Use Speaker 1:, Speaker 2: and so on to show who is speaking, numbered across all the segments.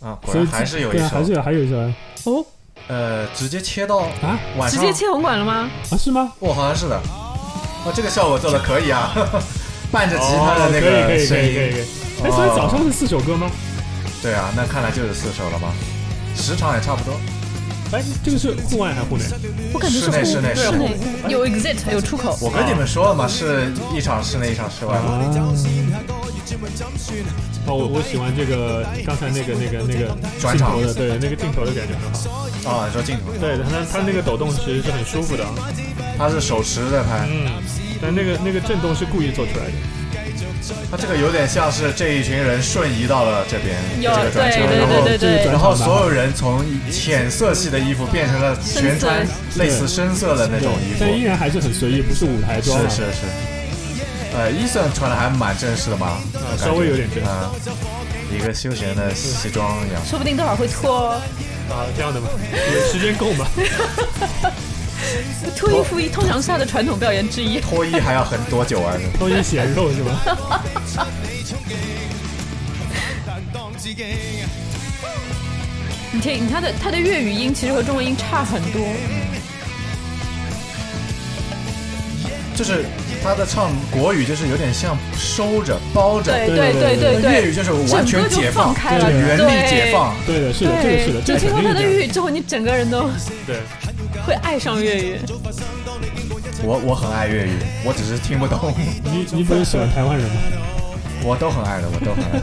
Speaker 1: 啊，果
Speaker 2: 所以
Speaker 1: 然还是有一
Speaker 2: 对啊，
Speaker 1: 手
Speaker 2: 还。是有还有一首啊
Speaker 3: 哦，
Speaker 1: 呃，直接切到
Speaker 2: 啊
Speaker 1: 晚
Speaker 3: 直
Speaker 1: 上
Speaker 3: 接，切红管了吗？
Speaker 2: 啊是吗？
Speaker 1: 哦，好像是的。哦，这个效果做的可以啊， 伴着吉他的那
Speaker 2: 哦可
Speaker 1: 个
Speaker 2: 以可
Speaker 1: 声
Speaker 2: 以可以可以可
Speaker 1: 音。
Speaker 2: 以。哎，所以早上是四首歌吗？
Speaker 1: 对啊，那看来就是四首了吧？时长也差不多。
Speaker 2: 哎，这个是户外还是户内？
Speaker 3: 我感觉是
Speaker 1: 室内
Speaker 3: 户
Speaker 1: 室内室内
Speaker 3: 有 exit 有出口，
Speaker 1: 我跟你们说了嘛，是一场室内，一场室外嘛。
Speaker 2: 哦，我我喜欢这个刚才那个那个那个
Speaker 1: 转
Speaker 2: 镜
Speaker 1: 场
Speaker 2: 头的，对那个镜头的感觉很好。
Speaker 1: 啊，你说镜头，
Speaker 2: 对，它它那个抖动其实是很舒服的啊。
Speaker 1: 他是手持在拍，
Speaker 2: 嗯，但那个那个震动是故意做出来的。
Speaker 1: 他这个有点像是这一群人瞬移到了这边这
Speaker 3: 有
Speaker 1: 个
Speaker 3: 对
Speaker 1: 转哦场，
Speaker 3: 对
Speaker 1: 然后
Speaker 3: 对对
Speaker 2: 这个
Speaker 3: 对
Speaker 2: 转
Speaker 1: 然后所有人从浅色系的衣服变成了全穿类似深色的那种衣
Speaker 2: 但依
Speaker 1: 服，
Speaker 2: 然还是很随意，不是舞台装啊
Speaker 1: 是是是。呃，伊森穿的还蛮正式的嘛，我感觉
Speaker 2: 稍微有点正式
Speaker 1: 啊，一个休闲的西装一样。
Speaker 3: 说不定待会儿会脱
Speaker 2: 啊，这样的吗？时间够吗？
Speaker 3: 脱衣服一，通常是他的传统表演之一。
Speaker 1: 脱衣还要很多久啊？
Speaker 2: 都已经显肉是吧？
Speaker 3: 你听，你他的他的粤语音其实和中文音差很多，
Speaker 1: 就是他的唱国语，就是有点像收着、包着，
Speaker 3: 对
Speaker 2: 对对
Speaker 3: 对
Speaker 2: 对
Speaker 3: 对，
Speaker 1: 粤语就是完全解放，
Speaker 3: 整个就放开
Speaker 2: 了
Speaker 1: 原
Speaker 3: 对
Speaker 1: 力解放。
Speaker 2: 对的，是的，这个是的，
Speaker 3: 对，
Speaker 2: 这个
Speaker 3: 就听
Speaker 2: 肯
Speaker 3: 过
Speaker 2: 定是
Speaker 3: 他的
Speaker 2: 这
Speaker 3: 粤
Speaker 2: 样。
Speaker 3: 语之后，你整个人都
Speaker 2: 对，
Speaker 3: 会爱上粤语。
Speaker 1: 我我很爱粤语，我只是听不懂，
Speaker 2: 你你不是喜欢台湾人吗？
Speaker 1: 我都很爱的，我都很爱。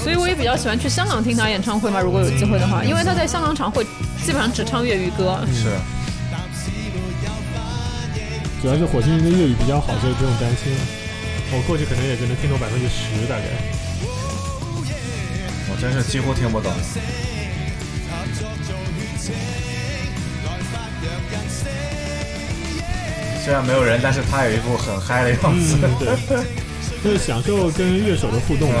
Speaker 3: 所以我也比较喜欢去香港听他演唱会嘛，如果有机会的话，因为他在香港场会基本上只唱粤语歌。
Speaker 2: 嗯
Speaker 1: 是，
Speaker 2: 主要是火星人的粤语比较好，所以不用担心。啊我过去可能也只能听懂百分之十大概。
Speaker 1: 我真是几乎听不懂。虽然没有人，但是他有一副很嗨的样子。
Speaker 2: 嗯， 对，就是享受跟乐手的互动嘛。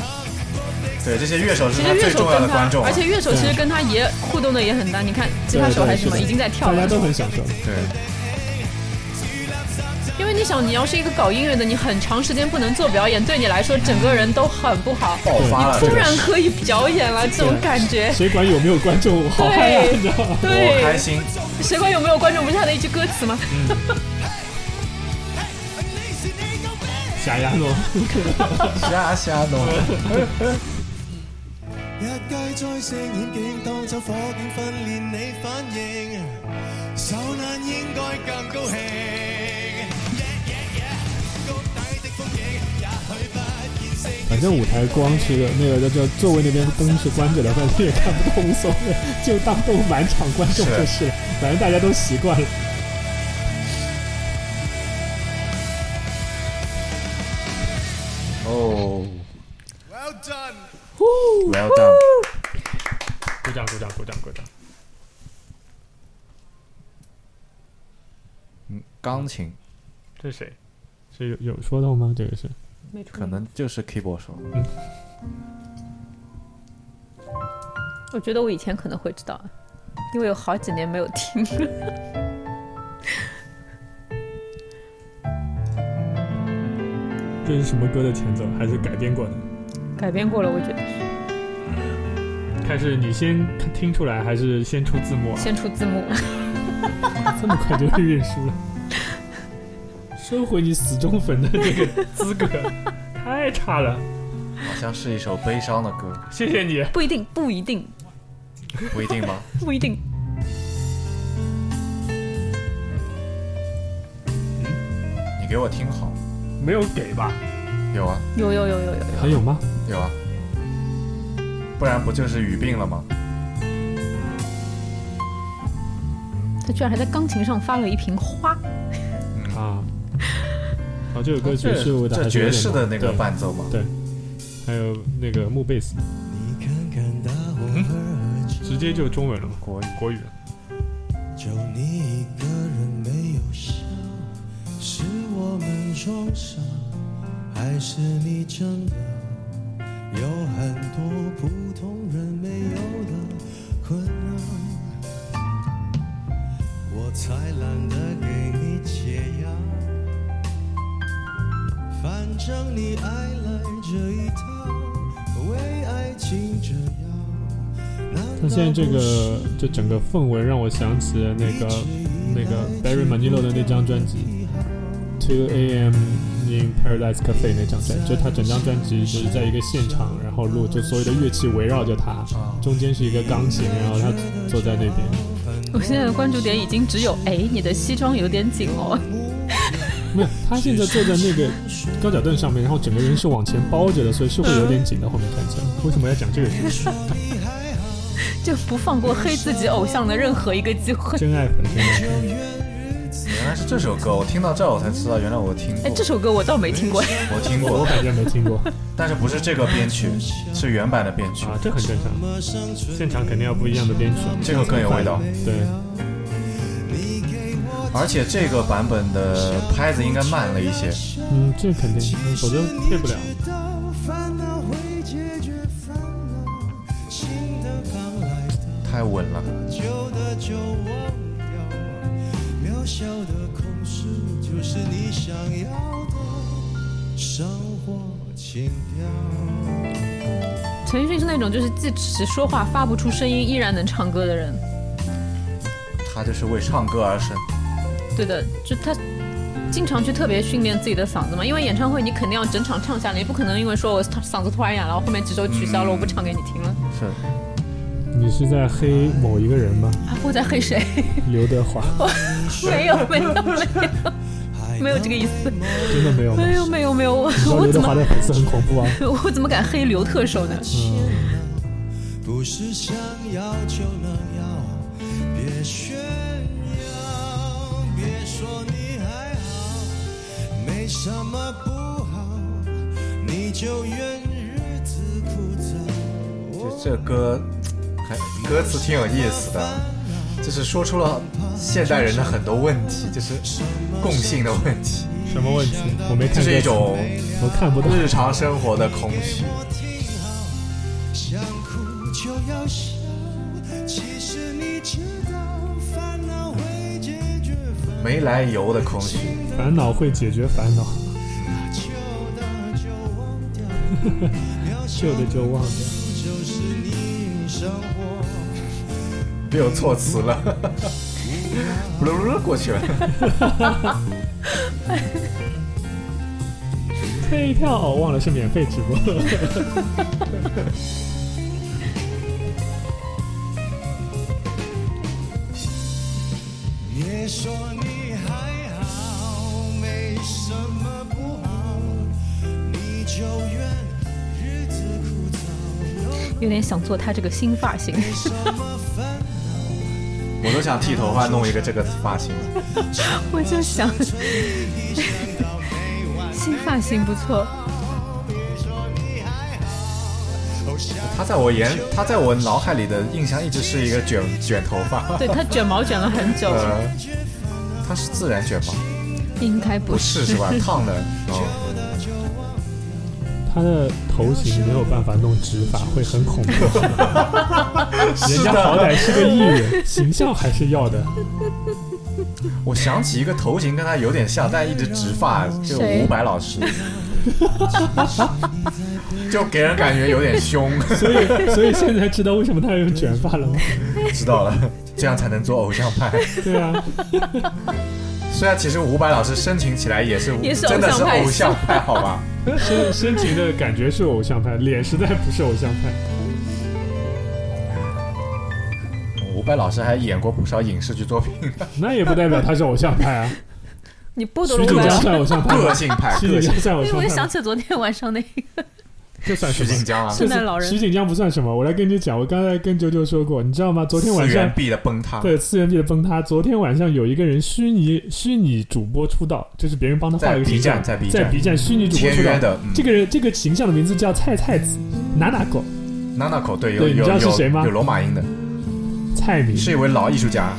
Speaker 1: 嗯，对，这些乐手是
Speaker 3: 其
Speaker 1: 他
Speaker 3: 实乐
Speaker 1: 最
Speaker 3: 手
Speaker 1: 重要的
Speaker 3: 跟他
Speaker 1: 观众，啊。
Speaker 3: 而且乐手其实跟他也互动的也很大。你看吉他手还是什么，
Speaker 2: 对对是的
Speaker 3: 已经在跳
Speaker 2: 大家
Speaker 3: 了。
Speaker 2: 都很享受。
Speaker 1: 对，
Speaker 3: 因为你想，你要是一个搞音乐的，你很长时间不能做表演，对你来说整个人都很不好。
Speaker 1: 爆发了。
Speaker 2: 对
Speaker 3: 突
Speaker 1: 这个
Speaker 3: 然
Speaker 1: 是
Speaker 3: 可以表演了，这种感觉，
Speaker 2: 谁管有没有观众？好嗨呀，你知道吗？
Speaker 1: 我开
Speaker 3: 对，
Speaker 1: 心，
Speaker 3: 谁管有没有观众？不是他的一句歌词吗？
Speaker 2: 假牙诺，
Speaker 1: 瞎瞎弄。
Speaker 4: 日街再饰演景，當走火警訓練你反應，手難應該更高興。
Speaker 2: 反正舞台光是那个叫叫座位那边灯是关着的，反正也看不通松的，就当动满场观众就是了。反正大家都习惯了。
Speaker 1: 哦
Speaker 4: Well done，
Speaker 1: ，Well done。
Speaker 2: 鼓掌鼓掌鼓掌鼓掌。
Speaker 1: 钢琴
Speaker 2: 这是谁？是有有说到吗？这个是
Speaker 3: 没出
Speaker 1: 可能就是 keyboard 手。
Speaker 3: 我觉得我以前可能会知道，因为有好几年没有听。
Speaker 2: 这是什么歌的前奏？还是改编过的？
Speaker 3: 改编过了，我觉得
Speaker 2: 看是你先听出来，还是先出字幕啊？
Speaker 3: 先出字幕。
Speaker 2: 这么快就认输了，收回你死忠粉的这个资格，太差了。
Speaker 1: 好像是一首悲伤的歌，
Speaker 2: 谢谢你，
Speaker 3: 不一定，不一定，
Speaker 1: 不一定吗？
Speaker 3: 不一定。
Speaker 1: 你给我听好。
Speaker 2: 没有给吧？
Speaker 1: 有啊，
Speaker 3: 有有有有有有，
Speaker 2: 还有吗？
Speaker 1: 有啊，不然不就是语病了吗？
Speaker 3: 他居然还在钢琴上发了一瓶花。
Speaker 2: 啊，啊，这首歌爵士我打
Speaker 1: 这
Speaker 2: 还是有
Speaker 1: 爵
Speaker 2: 点
Speaker 1: 士的那个
Speaker 2: 对
Speaker 1: 伴奏嘛，
Speaker 2: 还有那个木贝斯，
Speaker 4: 你看看大红和
Speaker 2: 直接就中文了嘛，
Speaker 1: 国语
Speaker 2: 国语了。
Speaker 4: 就你一个人没有笑，是我们装傻，还是你真的有很多普通人没有的困扰？我才懒得给你解药，反正你爱来这一套。情这样。
Speaker 2: 他现在这个就整个氛围让我想起了那个那个 Barry Manilow 的那张专辑《Two A.M. in Paradise Cafe》那张专辑，就他整张专辑就是在一个现场，然后录，就所有的乐器围绕着他，中间是一个钢琴，然后他坐在那边。
Speaker 3: 我现在的关注点已经只有，哎，你的西装有点紧哦。
Speaker 2: 没有，他现在坐在那个高脚凳上面，然后整个人是往前包着的，所以是会有点紧的。后面看起来，为什么要讲这个事情？
Speaker 3: 就不放过黑自己偶像的任何一个机会。
Speaker 2: 真爱粉，真爱粉。
Speaker 1: 原来是这首歌，我听到这儿我才知道，原来我听过。
Speaker 3: 哎，这首歌我倒没听过。
Speaker 1: 我听
Speaker 2: 我
Speaker 1: 过，
Speaker 2: 感觉没听过
Speaker 1: 但是不是这个编曲，是原版的编曲。
Speaker 2: 啊，这很正常，现场肯定要不一样的编曲，
Speaker 1: 这个更有味道。
Speaker 2: 对，
Speaker 1: 而且这个版本的拍子应该慢了一些，
Speaker 2: 嗯，这肯定，否则配不了。
Speaker 1: 太稳了。
Speaker 4: 旧的就忘掉，渺小的空虚就是你想要的生活情调。
Speaker 3: 陈奕迅是那种就是即使说话发不出声音依然能唱歌的人。
Speaker 1: 他就是为唱歌而生。
Speaker 3: 对的，就他经常去特别训练自己的嗓子嘛，因为演唱会你肯定要整场唱下来，你不可能因为说我嗓嗓子突然哑了，我后面几首取消了，我不唱给你听了。
Speaker 1: 是，
Speaker 2: 你是在黑某一个人吗？
Speaker 3: 啊，我在黑谁？
Speaker 2: 刘德华，
Speaker 3: 没有，没有，没有，没有这个意思，
Speaker 2: 真的没有吗？
Speaker 3: 没有，没有，没有，我
Speaker 2: 你知道
Speaker 3: 我
Speaker 2: 刘德
Speaker 3: 怎
Speaker 2: 华
Speaker 3: 么
Speaker 2: 的粉丝很恐怖啊。
Speaker 3: 我怎么敢黑刘特首呢？
Speaker 2: 嗯，
Speaker 4: 不是想要就能要，别炫耀，别说你还好，没什么不好，你就愿日子枯燥。
Speaker 1: 这这歌还歌词挺有意思的，就是说出了现代人的很多问题，就是共性的问题，
Speaker 2: 什么问题？我没看
Speaker 1: 这
Speaker 2: 过。
Speaker 1: 是一种
Speaker 2: 我看不到。
Speaker 1: 日常生活的空虚。
Speaker 4: 我听好，想哭就要笑，其实你知道，烦恼会解决烦
Speaker 1: 没来由的空虚，
Speaker 2: 烦恼会解决烦 恼，
Speaker 4: 恼，旧的就忘掉，
Speaker 2: 旧的就忘掉。
Speaker 4: 就是你生活。
Speaker 1: 别有措辞了，不噜噜噜过去了。
Speaker 2: 退票哦，忘了是免费直播。
Speaker 4: 别说你还好，没什么不好，你就愿日子枯燥，
Speaker 3: 有点想做他这个新发型，
Speaker 4: 有什么烦恼？
Speaker 1: 我都想剃头发，弄一个这个发型。
Speaker 3: 我就想
Speaker 4: 存一想到每晚，
Speaker 3: 新发型不错。
Speaker 4: 别说你还好，哦想
Speaker 1: 他在我眼，他在我脑海里的印象一直是一个卷卷头发，
Speaker 3: 对他卷毛卷了很久，
Speaker 1: 呃，他是自然卷吗？
Speaker 3: 应该不
Speaker 1: 不是是吧？烫的，哦，
Speaker 2: 他的头型没有办法弄直发，会很恐怖。人家好歹是个艺人，形象还是要的。
Speaker 1: 我想起一个头型跟他有点像，但一直直发，就
Speaker 3: 谁
Speaker 1: 伍佰老 师，就给人感觉有点凶。
Speaker 2: 所以，所以现在知道为什么他用卷发了吗？
Speaker 1: 知道了，这样才能做偶像派。
Speaker 2: 对啊，
Speaker 1: 虽然其实伍佰老师深情起来也是，
Speaker 3: 也是偶
Speaker 1: 真
Speaker 3: 像派
Speaker 1: 的是偶像派，好吧？
Speaker 2: 深深情的感觉是偶像派，脸实在不是偶像派。
Speaker 1: 伍佰老师还演过不少影视剧作 品，
Speaker 2: 那也不代表他是偶像派啊。
Speaker 3: 你剥夺
Speaker 2: 徐
Speaker 3: 了我
Speaker 2: 锦
Speaker 3: 们
Speaker 2: 江
Speaker 3: 俩。
Speaker 2: 算偶像派
Speaker 1: 个
Speaker 2: 吗？
Speaker 1: 性派，
Speaker 2: 徐锦
Speaker 1: 个性
Speaker 2: 江算偶
Speaker 3: 因
Speaker 2: 像派
Speaker 3: 为
Speaker 2: 吗
Speaker 3: 我想？起昨天晚上那个，
Speaker 2: 这算什
Speaker 1: 徐
Speaker 2: 么？
Speaker 1: 锦江啊，
Speaker 3: 圣诞老人
Speaker 2: 徐锦江不算什么。我来跟你讲，我刚才跟九九说过，你知道吗？昨天晚
Speaker 1: 四
Speaker 2: 上
Speaker 1: 元壁的崩塌，
Speaker 2: 对次元壁的崩塌，昨天晚上有一个人虚拟虚拟主播出道，就是别人帮他画
Speaker 1: 在
Speaker 2: 一个
Speaker 1: B
Speaker 2: 形
Speaker 1: 站，
Speaker 2: 象，
Speaker 1: 在 B
Speaker 2: 在
Speaker 1: 站
Speaker 2: B 站虚拟主播
Speaker 1: 签
Speaker 2: 出
Speaker 1: 约
Speaker 2: 道。
Speaker 1: 的，嗯
Speaker 2: 这个人这个形象的名字叫菜菜子，娜娜狗
Speaker 1: 娜娜口对有
Speaker 2: 对你
Speaker 1: 有
Speaker 2: 知道是谁
Speaker 1: 有
Speaker 2: 吗
Speaker 1: 有罗马音的，
Speaker 2: 菜名。
Speaker 1: 是一位老艺术 家。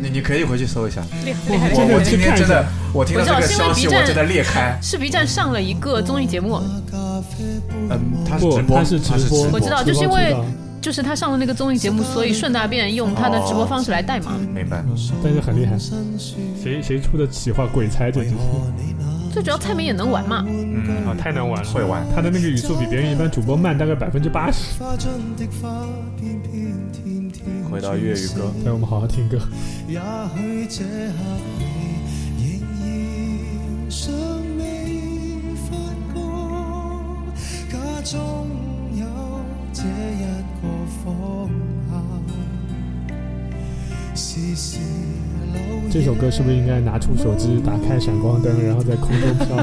Speaker 1: 你你可以回去搜一下，
Speaker 3: 厉害厉害厉
Speaker 2: 哎这
Speaker 3: 害
Speaker 2: 个
Speaker 1: 我我
Speaker 2: 去
Speaker 1: 今天
Speaker 2: 看一
Speaker 1: 真的
Speaker 2: 下，
Speaker 1: 我听到这
Speaker 3: 我
Speaker 1: 个
Speaker 3: 知道
Speaker 1: 消息，
Speaker 3: 是因为 B 站
Speaker 1: 我真的裂 开。
Speaker 3: 是 B 站上了一个综艺节目，
Speaker 4: 咖啡不
Speaker 1: 嗯，他是
Speaker 2: 不
Speaker 1: 直播，
Speaker 2: 他是直
Speaker 1: 直
Speaker 2: 播
Speaker 3: 我知道，
Speaker 2: 直播
Speaker 3: 就是因为
Speaker 2: 出道
Speaker 3: 就是他上了那个综艺节目，所以顺大便用他的直播方式来代码。
Speaker 1: 明白。
Speaker 2: 嗯但是很厉害。
Speaker 4: 珍惜，
Speaker 2: 谁谁出的企划鬼才，这就是
Speaker 4: 和你那
Speaker 3: 最主要蔡明也能玩嘛，
Speaker 2: 啊，
Speaker 1: 嗯，
Speaker 2: 太难玩了，
Speaker 1: 会玩
Speaker 2: 他的那个语速比别人一般主播慢大概百分之八十。
Speaker 4: 发真的花片片天天
Speaker 1: 回到粤语歌，
Speaker 2: 让哎我们好好听歌。
Speaker 4: 也许这刻你仍然尚未发觉，家中有这一个方向，時時留
Speaker 2: 这首歌是不是应该拿出手机，打开闪光灯，然后在空中飘？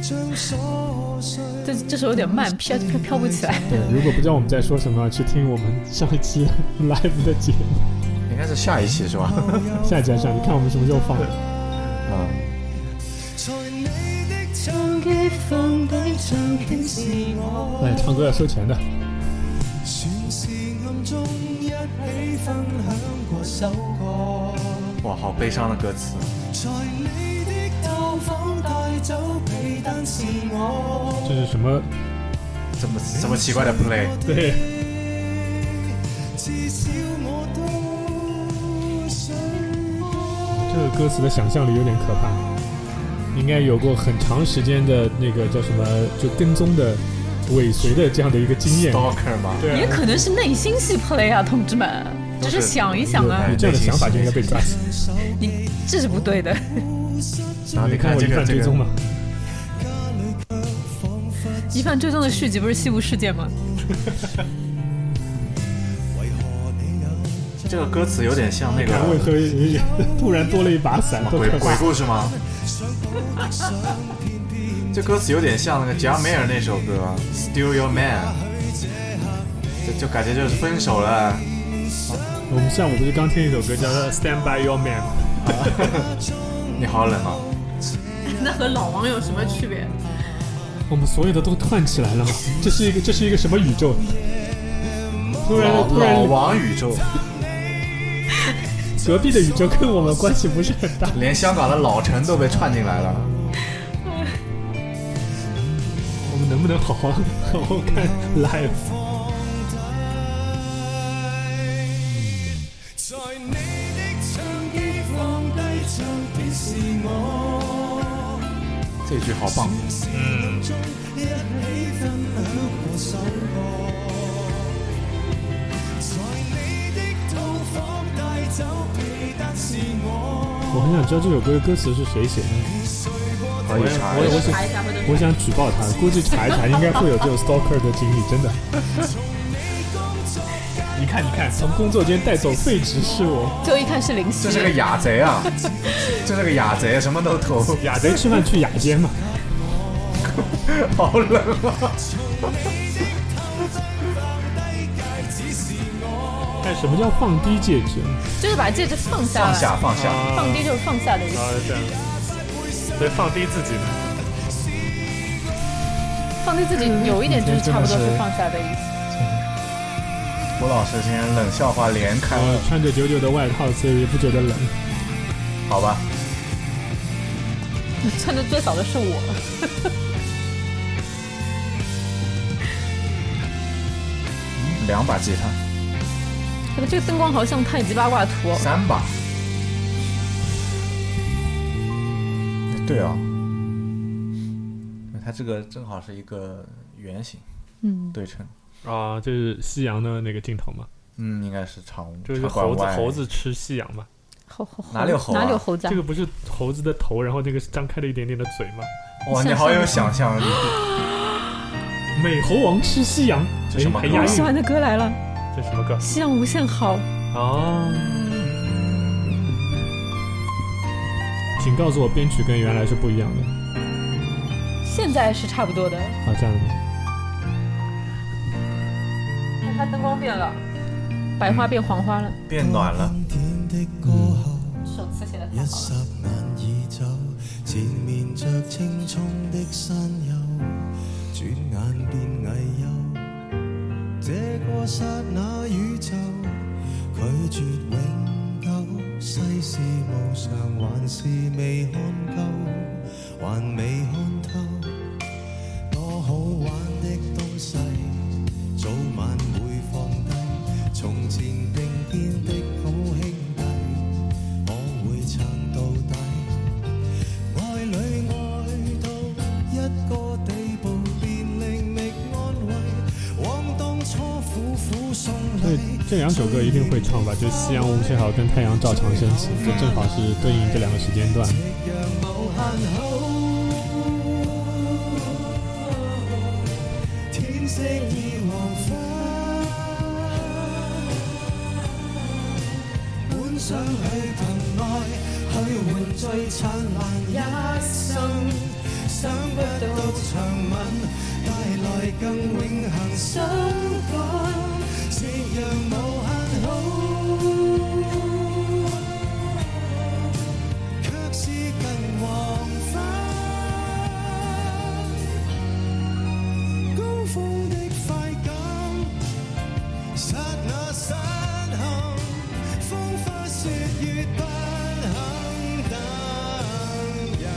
Speaker 4: 将所需
Speaker 3: 这这首有点慢，飘飘飘不起来。
Speaker 2: 对，哎如果不知道我们在说什么，去听我们上一期 live 的节目，
Speaker 1: 应该是下一期是吧？
Speaker 2: 下一集还上，你看我们什么时候放？
Speaker 1: 嗯，
Speaker 4: 在你的唱机放低唱片是我。
Speaker 2: 哎，唱歌要收钱的。
Speaker 4: 算是暗中一起分享过首歌，
Speaker 1: 哇，好悲伤的歌词，
Speaker 4: 在你的套房带走被单是我。
Speaker 2: 这是什么？
Speaker 1: 这么这么奇怪的 play，
Speaker 2: 对，
Speaker 4: 至少我都想过
Speaker 2: 这个歌词的想象力有点可怕。应该有过很长时间的那个叫什么，就跟踪的、尾随的这样的一个经验。
Speaker 1: stalker 吗？
Speaker 2: 对
Speaker 3: 也
Speaker 2: 啊，
Speaker 3: 可能是内心戏 play 啊，同志们，只是想一想啊
Speaker 1: 对，
Speaker 2: 有这样的想法就应该被抓起来。
Speaker 3: 你这是不对的。
Speaker 1: 然后啊
Speaker 2: 你
Speaker 1: 你
Speaker 2: 看
Speaker 1: 看
Speaker 2: 过
Speaker 1: 这
Speaker 2: 《疑
Speaker 1: 个
Speaker 2: 犯
Speaker 1: 这
Speaker 2: 追
Speaker 1: 个
Speaker 2: 踪》吗？
Speaker 3: 疑犯追踪的续集不是西部世界吗？
Speaker 1: 这个歌词有点像那个
Speaker 2: 为何也突然多了一把伞？都
Speaker 1: 鬼
Speaker 2: 快
Speaker 1: 鬼
Speaker 2: 死
Speaker 1: 故事吗？这歌词有点像那个贾梅尔那首歌《Steal Your Man》，就就感觉就是分手了，
Speaker 2: 我们下午不是刚听一首歌叫《Stand by Your Man》吗？
Speaker 1: 你好冷啊！
Speaker 3: 那和老王有什么区别？
Speaker 2: 我们所有的都串起来了吗？这是一个这是一个什么宇宙？突然
Speaker 1: 老
Speaker 2: 突然
Speaker 1: 老，王宇宙，
Speaker 2: 隔壁的宇宙跟我们关系不是很大。
Speaker 1: 连香港的老陈都被串进来了。
Speaker 2: 我们能不能好好好好看 live？
Speaker 4: 在你的唱机放低唱片是我。
Speaker 1: 这句好棒，
Speaker 4: 中一起分享过首歌，在你的套房带走被单是我。
Speaker 2: 我很想知道这首歌的歌词是谁写的，
Speaker 1: 可以查
Speaker 2: 我也我
Speaker 1: 一
Speaker 2: 想
Speaker 1: 下。
Speaker 3: 查一下会对
Speaker 2: 我想举报他，估计查一查应该会有这种 stalker 的经历，真的。你看，你看，从工作间带走废纸是我，
Speaker 3: 最后一看是林
Speaker 1: 这，
Speaker 3: 夕
Speaker 1: 是个雅贼啊！这是个雅贼，什么都偷，
Speaker 2: 雅贼吃饭去雅间嘛。
Speaker 1: 好冷啊！
Speaker 2: 但哎什么叫放低戒指？
Speaker 3: 就是把戒指放下
Speaker 1: 放
Speaker 3: 来，
Speaker 1: 下，放下，
Speaker 3: 放低就是放下的意思。
Speaker 2: 啊，这样，所以放低自己呢？
Speaker 3: 放低自己有一点就是差不多是放下的意思。
Speaker 1: 胡老师今天冷笑话连开，
Speaker 2: 我呃穿着九九的外套，所以也不觉得冷。嗯
Speaker 1: 好吧？
Speaker 3: 穿的最少的是我，
Speaker 1: 两把吉他，
Speaker 3: 可能这个灯光好像太极八卦图哦。
Speaker 1: 三把。哎对啊，它这个正好是一个圆形
Speaker 3: 嗯，
Speaker 1: 对称，
Speaker 2: 啊，这是夕阳的那个镜头嘛，
Speaker 1: 嗯，应该是长
Speaker 2: 就是
Speaker 1: 长
Speaker 2: 猴
Speaker 1: 管
Speaker 2: 子
Speaker 1: 外，
Speaker 2: 猴子吃夕阳嘛。
Speaker 3: 猴猴猴
Speaker 1: 哪里有猴啊
Speaker 3: 哪里有猴子啊
Speaker 2: 这？个不是猴子的头，然后那个是张开了一点点的嘴嘛。
Speaker 1: 哇，你好有想象力，
Speaker 2: 美猴王吃夕阳，
Speaker 1: 这什么
Speaker 2: 哎还
Speaker 1: 歌
Speaker 2: 押
Speaker 1: 啊
Speaker 3: 我
Speaker 2: 韵
Speaker 3: 喜，欢的歌来了，
Speaker 2: 这什么歌？
Speaker 3: 《夕阳无限好》。
Speaker 2: 哦。请告诉我，编曲跟原来是不一样的。
Speaker 3: 现在是差不多的，
Speaker 2: 啊，这样的。
Speaker 3: 但它灯光变了，白花变黄花了。
Speaker 1: 变暖了。
Speaker 4: 經典的歌喉，
Speaker 3: 首词写的
Speaker 4: 一霎眼已走，前面着青葱的山丘，轉眼變危憂。這個剎那宇宙，拒絕永久，世事無常，還是未看夠，還未看透。多好玩的東西，早晚會放低。從前並肩的好兄弟，我會撐到底。愛侶愛
Speaker 2: 这两首歌一定会唱吧？就《夕阳无限好》跟《太阳照常升起》，就正好是对应这两个时间段。
Speaker 4: 天色已黃昏，本想去憑愛去換最燦爛一生，想不到長吻帶來更永恆傷感，夕陽無限好，卻是近黃昏。高峰的快感，刹那失衡，風花雪月不肯等人，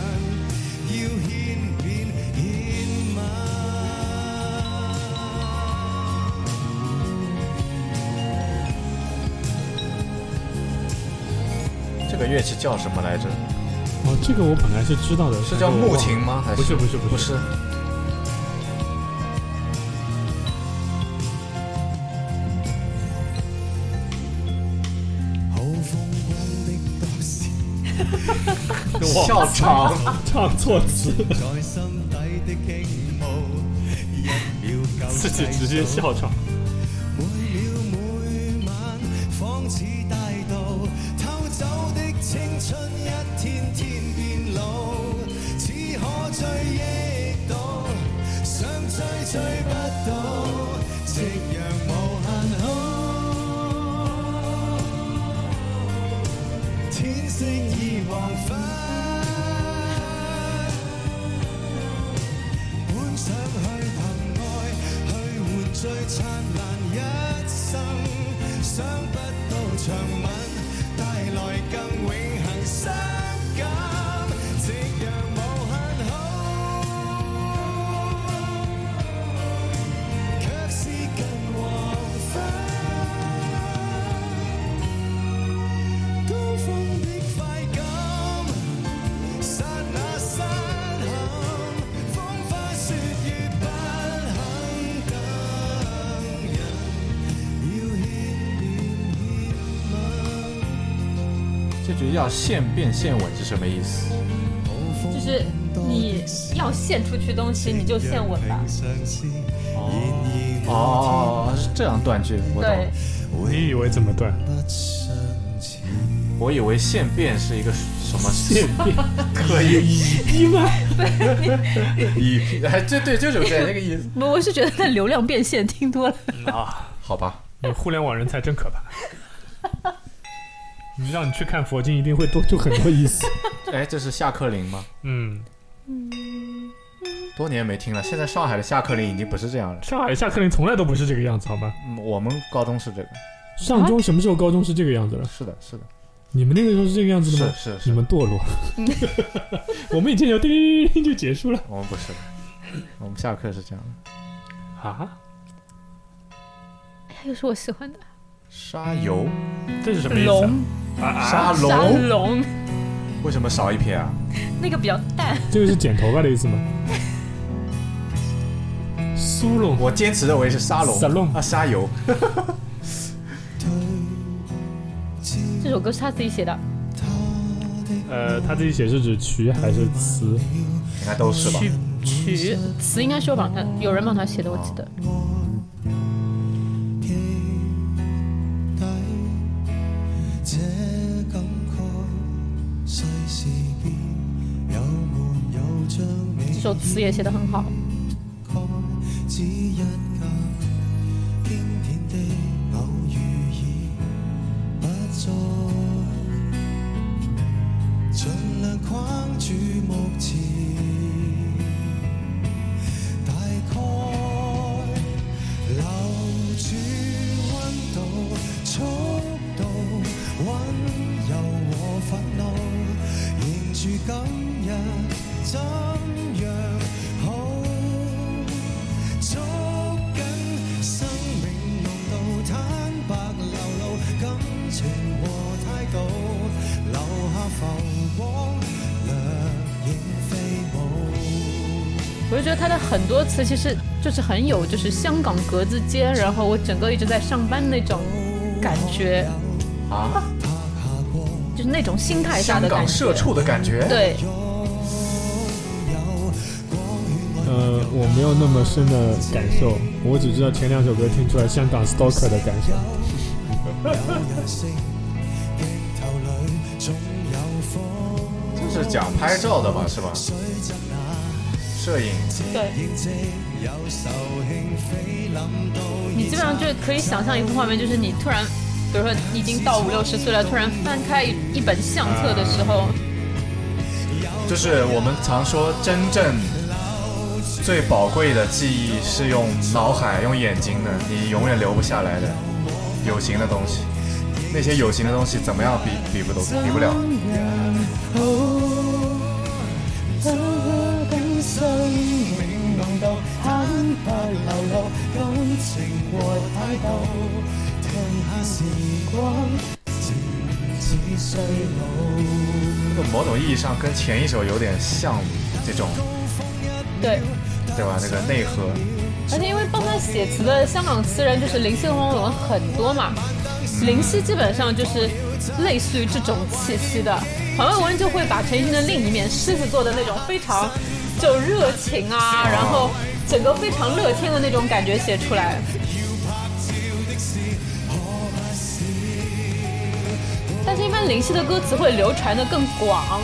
Speaker 4: 要獻面獻吻。
Speaker 1: 这个乐器叫什么来着？
Speaker 2: 哦，这个我本来是知道的，
Speaker 1: 是叫
Speaker 2: 但我忘
Speaker 1: 木
Speaker 2: 了
Speaker 1: 琴吗？还
Speaker 2: 不是
Speaker 1: 是
Speaker 2: 不是
Speaker 1: 不是，
Speaker 4: 好風光的都市，
Speaker 1: 笑场。
Speaker 2: 唱错词，
Speaker 4: 在心底的傾慕，一秒夠
Speaker 2: 自己直接
Speaker 4: 細數
Speaker 2: 笑场。
Speaker 4: 每秒每晚，仿似大道偷走的青春，一天天變老，只可追憶到，想追追不到，夕陽無限好，天色已黃昏。本想去憑愛去換最燦爛一生，想不到長吻帶來更永恆傷感，夕陽無限好，卻是近黃昏，高峰的快感。刹那失衡，風花雪月不肯等人，要牽便牽吻。
Speaker 1: 这句要现变现稳是什么意思？
Speaker 3: 就是你要献出去东西，你就献吻吧。
Speaker 1: 哦，是这样断句，我懂
Speaker 3: 对
Speaker 1: 了。，
Speaker 2: 你以为怎么断？
Speaker 1: 我以为现变是一个什么
Speaker 2: 变变
Speaker 1: 可以
Speaker 2: 一吗？
Speaker 1: 以， 哎，对对，就是这那个意思。
Speaker 3: 不，我是觉得那流量变现听多了。
Speaker 2: 啊，
Speaker 1: 好吧，
Speaker 2: 你互联网人才真可怕。 你让你去看佛经，一定会多出很多意 思。
Speaker 1: 哎，这是下课铃吗？
Speaker 2: 嗯，
Speaker 1: 多年没听了，现在上海的下课铃已经不是这样了。
Speaker 2: 上海下课铃从来都不是这个样子，好吗？
Speaker 1: 嗯我们高中是这个，
Speaker 2: 上中什么时候高中是这个样子了？
Speaker 1: 是的，是的，
Speaker 2: 你们那个时候是这个样子的
Speaker 1: 是
Speaker 2: 吗？
Speaker 1: 是
Speaker 2: 你
Speaker 1: 是，
Speaker 2: 们堕 落。我们以前有叮叮叮叮就结束了
Speaker 1: 我们不是的，我们下课是这样的。
Speaker 2: 啊？
Speaker 3: 还有是我喜欢的
Speaker 1: 沙油，
Speaker 2: 这是什
Speaker 3: 龙，
Speaker 1: 沙
Speaker 3: 沙
Speaker 1: 龙，
Speaker 3: 龙，
Speaker 1: 为什么少一撇啊？
Speaker 3: 那个比较淡。
Speaker 2: 这个是剪头发的意思吗？ 苏龙，
Speaker 1: 我坚持认为是沙龙，
Speaker 2: 沙龙
Speaker 1: 啊，沙油，
Speaker 3: 这首歌是他自己写的，
Speaker 2: 呃，他自己写是指曲还是词？
Speaker 1: 应该都是吧？
Speaker 3: 曲词应该是我帮他，有人帮他写的，我记得。
Speaker 4: 這感覺，世事變，有沒有將你
Speaker 3: 这首词也写得很好，
Speaker 4: 蓋？只一間經典的偶遇已不再，盡量框住目前，大概。留住温度、速度、温柔和憤怒，凝住今日怎樣好？捉緊生命濃度，坦白流露感情和態度，留下浮光掠影飛舞。
Speaker 3: 我就觉得他的很多词其实就是很有就是香港格子间，然后我整个一直在上班那种感觉，
Speaker 1: 啊，
Speaker 3: 就是那种心态下
Speaker 1: 香
Speaker 3: 的
Speaker 1: 港
Speaker 3: 感
Speaker 1: 社
Speaker 3: 觉。
Speaker 1: 畜的感觉。，
Speaker 3: 对，
Speaker 2: 呃，我没有那么深的感受，我只知道前两首歌听出来香港 stalker 的感受。
Speaker 1: 就是讲拍照的嘛，是吧？摄影，
Speaker 3: 对，你基本上就是可以想象一幅画面，就是你突然，比如说你已经到五六十岁了，突然翻开一一本相册的时候，
Speaker 1: 就是我们常说真正最宝贵的记忆是用脑海、用眼睛的，你永远留不下来的有形的东西。那些有形的东西怎么样比比不都比不了。就某种意义上跟前一首有点像，这种
Speaker 3: 对，
Speaker 1: 对吧？那个内核，
Speaker 3: 而且因为帮他写词的香港词人就是林夕和汪伦很多嘛，林夕基本上就是类似于这种气息的，黄伟文就会把陈奕迅的另一面，狮子座的那种非常就热情啊，然后整个非常乐天的那种感觉写出来。但是，一般林夕的歌词会流传的更广，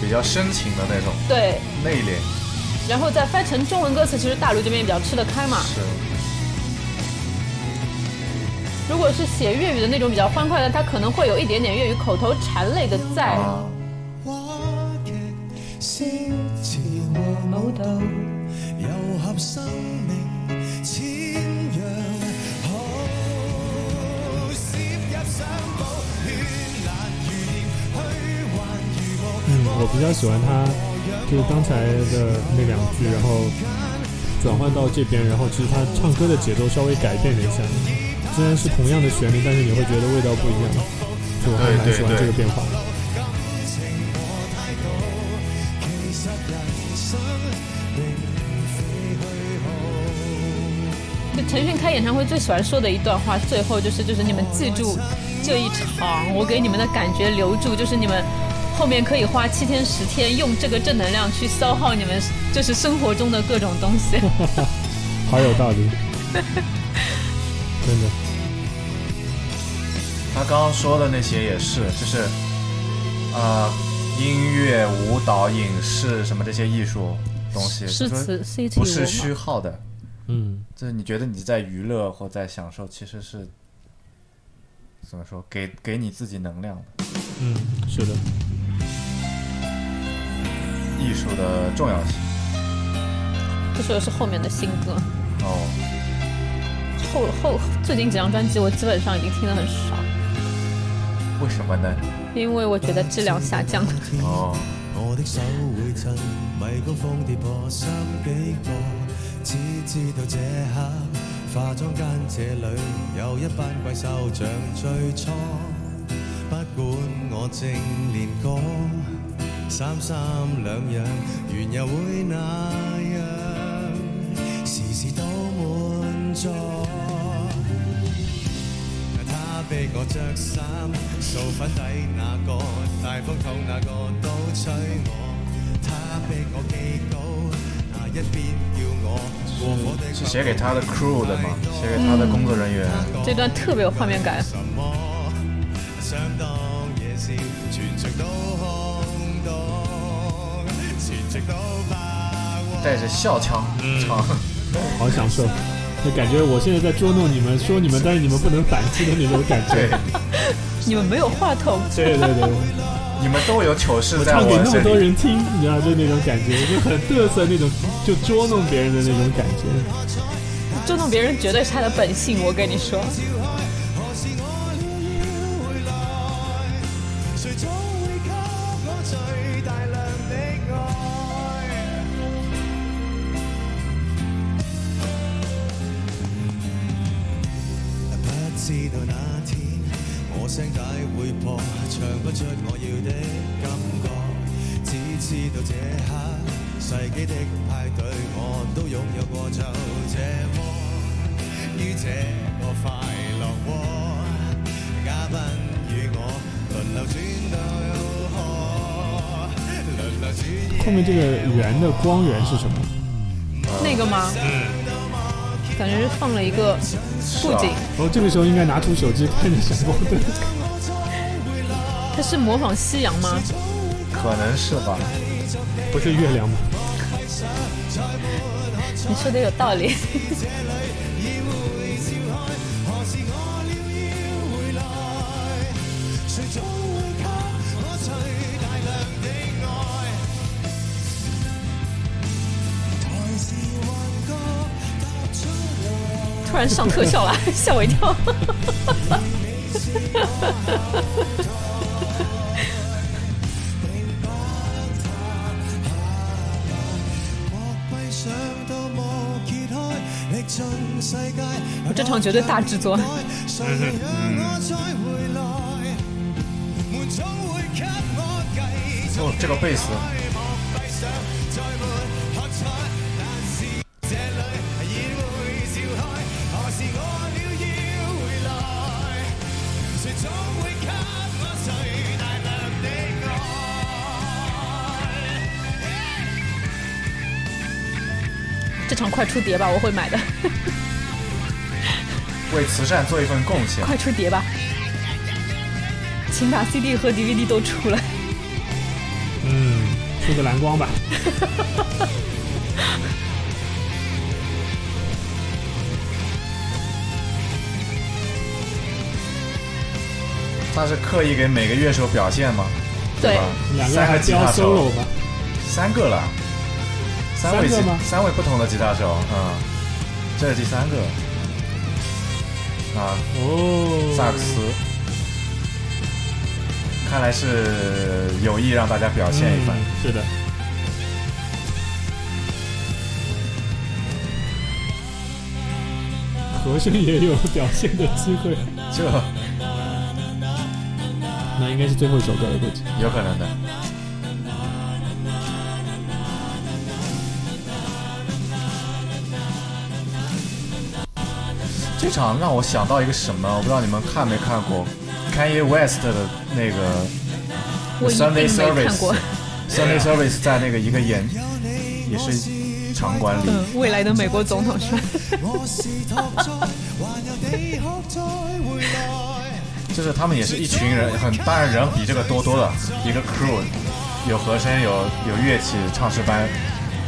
Speaker 1: 比较深情的那种
Speaker 3: 对，
Speaker 1: 内敛，
Speaker 3: 然后再翻成中文歌词，其实大陆这边也比较吃得开嘛。
Speaker 1: 是
Speaker 3: 如果是写粤语的那种比较欢快的，它可能会有一点点粤语口头禅类的在。
Speaker 1: 啊，
Speaker 2: 嗯，我比较喜欢他，就是刚才的那两句，然后转换到这边，然后其实他唱歌的节奏稍微改变了一下，虽然是同样的旋律，但是你会觉得味道不一样，就我还蛮喜欢这个变化的。
Speaker 3: 就陈奕迅开演唱会最喜欢说的一段话，最后就是就是你们记住这一场，我给你们的感觉留住，就是你们后面可以花七天十天用这个正能量去消耗你们就是生活中的各种东西。
Speaker 2: 好有道理，真的。
Speaker 1: 他刚刚说的那些也是，就是呃，音乐、舞蹈、影视什么这些艺术东 西，就
Speaker 3: 诗
Speaker 1: 说
Speaker 3: 词 C T 啊
Speaker 1: 不是虚耗的，
Speaker 2: 嗯，
Speaker 1: 就是你觉得你在娱乐或在享受，其实是怎么说，给给你自己能量的，
Speaker 2: 嗯，是的，
Speaker 1: 艺术的重要性。
Speaker 3: 这首是后面的新歌，
Speaker 1: 哦，
Speaker 3: 后后最近几张专辑我基本上已经听得很少，
Speaker 1: 为什么呢？
Speaker 3: 因为我觉得质量下降了。
Speaker 1: 哦，
Speaker 4: 我的手會震，迷高峰跌破三幾個，只知道這刻化妝間這裏有一班怪獸像最初，不管我正練歌，三三兩樣原又會那樣，時時都滿座。他逼我着衫，掃粉底那個，大風筒那個都吹我。他逼我記稿，下一邊叫我過火的
Speaker 1: 是写给他的 crew 的嘛，
Speaker 2: 嗯
Speaker 1: 写给他的工作人员。
Speaker 3: 这段特别有画面感。
Speaker 4: 什麼？想當夜宵，全場都空洞，全程都白話。
Speaker 1: 带着笑腔
Speaker 2: 嗯
Speaker 1: 唱，
Speaker 2: 好享受。就感觉我现在在捉弄你们，说你们，但是你们不能反击的那种感
Speaker 1: 对
Speaker 2: 觉。，
Speaker 3: 你们没有话筒，
Speaker 2: 对对对，
Speaker 1: 你们都有糗事在
Speaker 2: 唱给
Speaker 1: 我
Speaker 2: 那么
Speaker 1: 这
Speaker 2: 多
Speaker 1: 里。
Speaker 2: 人听，你知道，就那种感觉，就很嘚瑟那种，就捉弄别人的那种感觉。
Speaker 3: 捉弄别人绝对是他的本性。我跟你说，
Speaker 4: 誰總會給我最大量的愛？不知道那天我聲帶會破，唱不出我要的感覺，只知道這刻世紀的派對我都擁有過就這麼。於這個快樂窩，嘉賓與我輪流轉到又何？輪流轉
Speaker 2: 后面这个圆的光源是什么？
Speaker 3: 那个吗？感觉是放了一个布景，
Speaker 2: 哦，这个时候应该拿出手机看着闪光灯。
Speaker 3: 它是模仿夕阳吗？
Speaker 1: 可能是吧。
Speaker 2: 不是月亮吗？
Speaker 3: 你说的有道理。突然上特效了，吓我一跳。
Speaker 4: 想到無揭開，歷盡世界。
Speaker 3: 我这场绝对大制作。
Speaker 4: 誰讓我再回來？門總會給我繼續
Speaker 1: 哦，这个贝斯，
Speaker 4: 閉上，再沒喝彩。但是這裏已會笑開，何時我了要回來？誰總會給我最大量的愛？
Speaker 3: 这场快出碟吧，我会买的。
Speaker 1: 为慈善做一份贡献。
Speaker 3: 快出碟吧，请把 CD 和 DVD 都出来。
Speaker 2: 嗯，出个蓝光吧。
Speaker 1: 他是刻意给每个乐手表现吗？
Speaker 3: 对
Speaker 1: 吧？
Speaker 2: 两个
Speaker 1: 三
Speaker 2: 人还
Speaker 1: 吉
Speaker 2: 飙
Speaker 1: 他手
Speaker 2: solo，吗？
Speaker 1: 三个了，三位
Speaker 2: 三个
Speaker 1: 吉
Speaker 2: 吗
Speaker 1: 三位不同的吉他手，嗯，这是第三个。啊，
Speaker 2: 哦，
Speaker 1: 萨克斯，看来是有意让大家表现一番。
Speaker 2: 嗯是的，和声也有表现的机会。
Speaker 1: 这
Speaker 2: 那应该是最后一首歌了，估 计。
Speaker 1: 有可能的。这场让我想到一个什么，我不知道你们看没看过 Kanye West 的那个
Speaker 3: 我一
Speaker 1: Sunday
Speaker 3: 定没
Speaker 1: Service
Speaker 3: 看过。
Speaker 1: Sunday Service 在那个一个演也是场馆里，
Speaker 3: 嗯，未来的美国总统是吧？
Speaker 4: 我是托在，還有地殼再回來。
Speaker 1: 就是他们也是一群人，很当然人比这个多多了，一个 crew，有和声，有有乐器，唱诗班，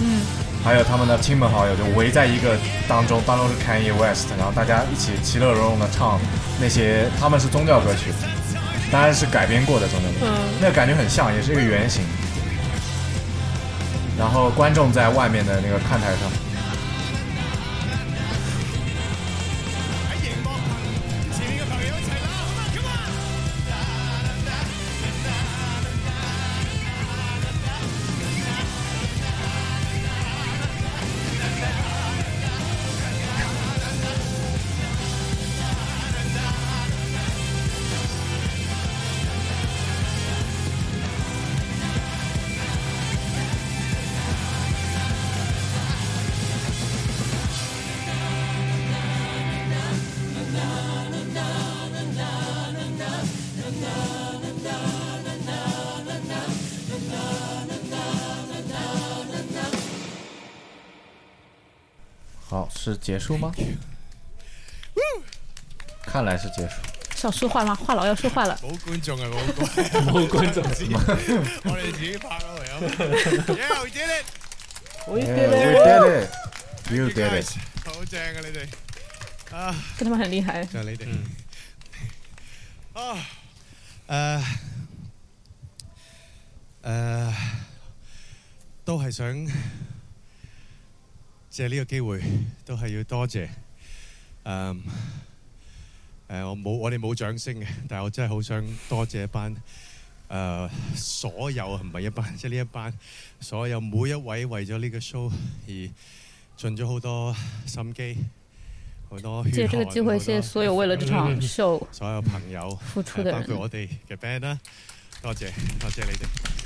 Speaker 1: 嗯，还有他们的亲朋好友就围在一个当中，当中是 Kanye West，然后大家一起其乐融融的唱那些他们是宗教歌曲，当然是改编过的宗教歌曲，
Speaker 3: 嗯
Speaker 1: 那个感觉很像，也是一个原型。然后观众在外面的那个看台上，好是结束吗？看来是结束。
Speaker 3: 少说话啦，话痨要说话了。
Speaker 4: 冇觀眾係冇觀
Speaker 2: 冇观众席，
Speaker 4: 我哋自己拍咯，唯有。Yeah, we did it!
Speaker 1: 哎 Yeah, you did it. You
Speaker 4: You
Speaker 1: did it.
Speaker 4: guys，好正啊！你哋啊，
Speaker 3: 跟他们很厉害。
Speaker 4: 就係你哋啊，呃誒誒，呃都係想借呢個機會，都係要多謝誒誒，我冇我哋冇掌聲嘅，但係我真係好想多謝一班。誒、所有唔係一班， 即係呢一班所有每一位為咗呢個 show 而盡咗好多心機，好多
Speaker 3: 借
Speaker 4: 血汗
Speaker 3: 这个机会，
Speaker 4: 好多
Speaker 3: 谢谢所有为了这场秀
Speaker 4: 所有朋友，
Speaker 3: 付出的
Speaker 1: 哎
Speaker 4: 包括
Speaker 3: 人。
Speaker 4: 我哋嘅 band 啦，多謝多謝你哋，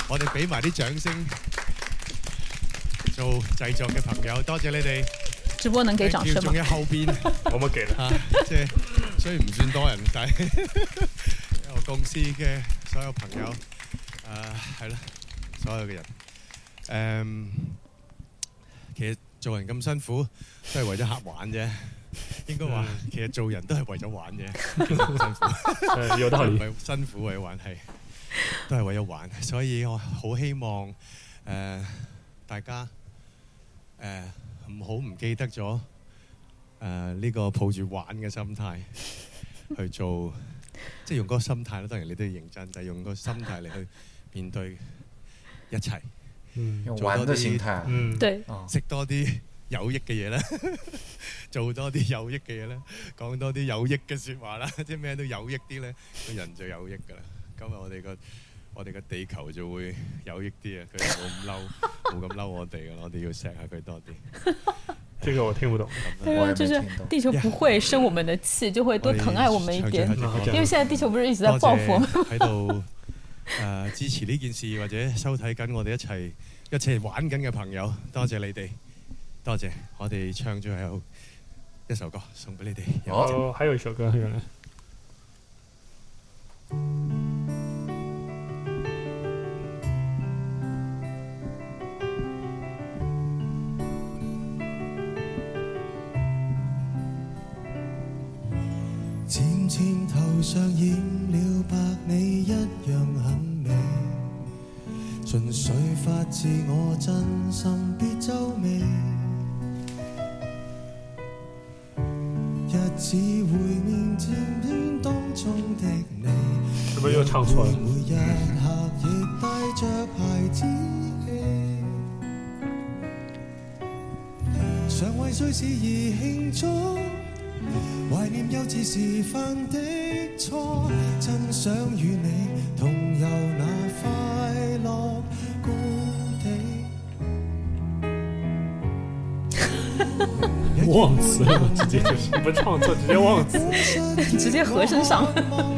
Speaker 4: 我哋俾埋啲掌聲做製作嘅朋友，多謝你哋，
Speaker 3: 直播能给掌声
Speaker 4: 仲
Speaker 3: 吗？
Speaker 4: 要後邊
Speaker 5: 可唔可以記得？
Speaker 4: 啊，即係雖然唔算多人， 但係我公司嘅所有朋友，誒係啦，所有嘅人，誒、其實做人咁辛苦都係為咗客玩啫。應該話，其實做人都係為咗玩啫，辛 苦。
Speaker 5: 誒有道
Speaker 4: 唔
Speaker 5: 理。
Speaker 4: 係辛苦為咗玩，係都係為咗玩，所以我好希望誒、呃大家誒唔好唔記得咗誒呢個抱住玩嘅心態去做，即係用嗰個心態啦。當然你都要認真，就係、用個心態嚟去面對一切，
Speaker 2: 嗯
Speaker 1: 用玩的心态。
Speaker 2: 嗯，
Speaker 3: 对，
Speaker 1: 嗯，
Speaker 4: 識多啲有益嘅嘢啦， 做多啲有益嘅嘢啦，講多啲有益嘅説話啦， 即係咩都有益啲咧，個人就有益㗎啦。今日我哋個我哋個地球就會有益啲啊，佢就冇 咁嬲，冇咁嬲我哋㗎啦，我哋要錫下佢多啲。
Speaker 5: 這個我聽不懂。
Speaker 3: 对
Speaker 1: 我也
Speaker 3: 啊，
Speaker 1: 没
Speaker 3: 就是
Speaker 1: 听懂
Speaker 3: 地球不会生我们的气，就会多疼爱我们一
Speaker 1: 哎
Speaker 3: 点。
Speaker 4: 我哋
Speaker 5: 嗯
Speaker 3: 因为现在地球不是一直在
Speaker 4: 多
Speaker 3: 报
Speaker 4: 謝
Speaker 3: 复我们，
Speaker 4: 喺度誒支持呢件事或者收睇緊我哋一齊一齊玩緊嘅朋友，多謝你哋，多謝我哋唱最後一首歌送俾你哋。有
Speaker 1: 好
Speaker 5: 哦，還有一首歌，原來
Speaker 4: 漸漸頭上染了白，你一樣很美。純粹發自我真心，別皺眉。日子會面漸變當中的你。
Speaker 5: 是不是又唱錯了？
Speaker 4: 每日客亦帶着孩子氣，常為歲事而慶祝，懷念幼稚時犯的錯，真想與你同遊那快樂故地。
Speaker 2: 忘词 了，直接
Speaker 5: 就是不唱错，直接忘词，
Speaker 3: 直接和声 上。
Speaker 1: 哦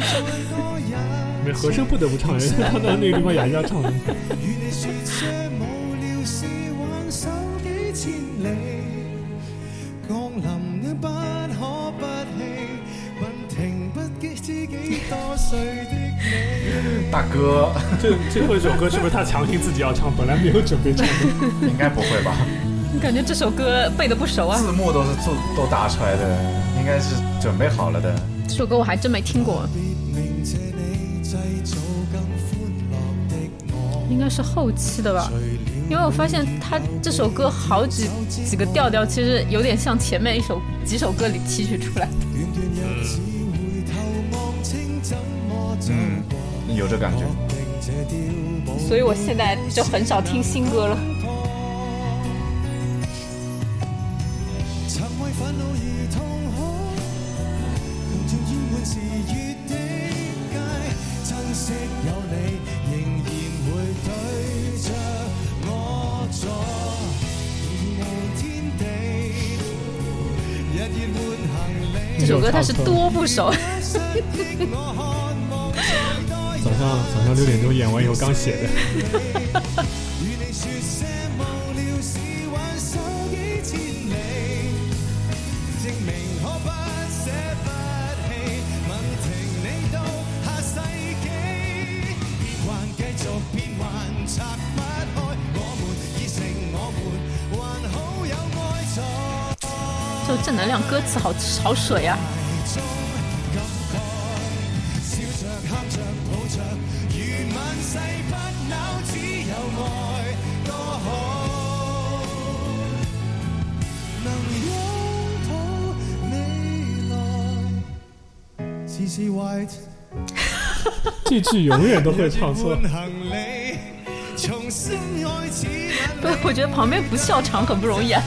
Speaker 2: 没和声不得不唱，人家到那个地方雅加唱的。
Speaker 4: 與你説些無聊事，挽手幾千里，降臨你不可不棄，問停不知幾多歲的你。
Speaker 1: 大哥
Speaker 2: 这最后一首歌是不是他强行自己要唱？本来没有准备唱 的。
Speaker 1: 应该不会吧？
Speaker 3: 感觉这首歌背的不熟啊，
Speaker 1: 字幕都是做都打出来的，应该是准备好了的。
Speaker 3: 这首歌我还真没听过，
Speaker 4: 別明謝你製造更歡樂的我，
Speaker 3: 应该是后期的吧
Speaker 4: 除。了
Speaker 3: 因为我发现他这首歌好几几个调调，其实有点像前面一首几首歌里提取出来的。
Speaker 4: 短短日子回頭望清怎麼走過，
Speaker 1: 有这感觉，
Speaker 4: 我
Speaker 2: 哦
Speaker 4: 並這碉堡。
Speaker 3: 所以我现在就很少听新歌了。
Speaker 4: 曾為煩惱而痛哭，窮盡厭悶時月的街，珍惜有你，仍然會對着我坐，無天地，日夜換行李。
Speaker 3: 这首歌 它是多不熟，
Speaker 2: 早上早上六点钟演完以后刚写的，
Speaker 4: 與你說些無聊事，挽手幾千里，證明可不捨不棄。問停你到下世紀，變幻繼續變幻，拆不開。我們已成我們，還好有愛在。
Speaker 3: 就正能量歌词好好水啊！
Speaker 4: 笑着、喊着、抱着，如萬世不朽，只有愛多好。能擁抱未來，時時懷着
Speaker 2: 这句永远都会唱 错。
Speaker 4: 滿行李，重新開始。
Speaker 3: 对，我觉得旁边不笑场很不容易啊，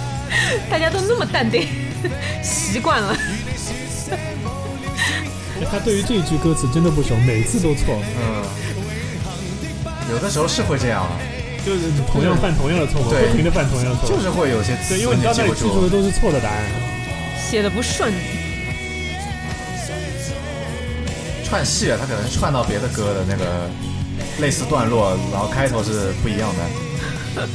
Speaker 3: 大家都那么淡定， 习惯了。
Speaker 2: 他对于这一句歌词真的不熟，每次都错，
Speaker 1: 嗯，有的时候是会这样啊，
Speaker 2: 就是同样犯同样的错误，
Speaker 1: 对
Speaker 2: 不停的犯同样的错
Speaker 1: 就
Speaker 2: 误。
Speaker 1: 是会有些词
Speaker 2: 对，因为你到
Speaker 1: 记
Speaker 2: 那里
Speaker 1: 不
Speaker 2: 记住的
Speaker 1: 住。
Speaker 2: 都是错的答案。啊
Speaker 3: 写的不顺，
Speaker 1: 串戏啊，它可能是串到别的歌的那个类似段落，然后开头是不一样的。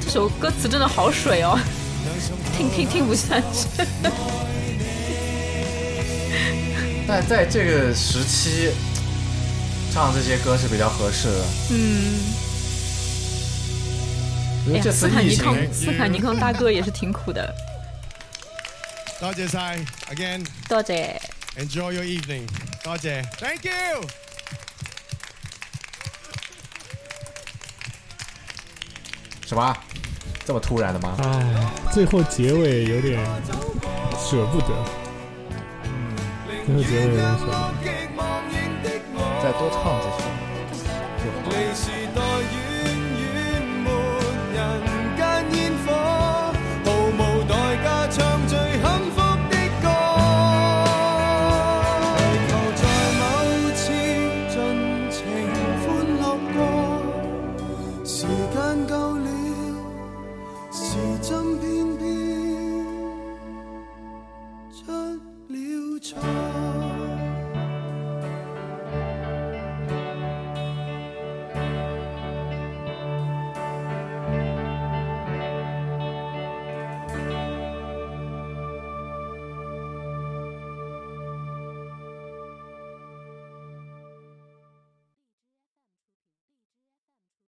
Speaker 3: 这首歌词真的好水哦， 听听听不下去。
Speaker 1: 但在这个时期，唱这些歌是比较合适的。
Speaker 3: 嗯哎
Speaker 1: 嗯。
Speaker 3: 呀，
Speaker 1: 这次
Speaker 3: 斯坦
Speaker 1: 疫
Speaker 3: 尼
Speaker 1: 情
Speaker 3: 康，斯坦尼康大哥也是挺苦的。
Speaker 4: 多谢晒，again
Speaker 3: 多谢。
Speaker 4: enjoy your evening，多谢，thank you。
Speaker 1: 什么？这么突然的吗？
Speaker 2: 唉，最后结尾有点舍不得。最后结尾有点舍不得。
Speaker 1: 再多唱几首。
Speaker 6: 你是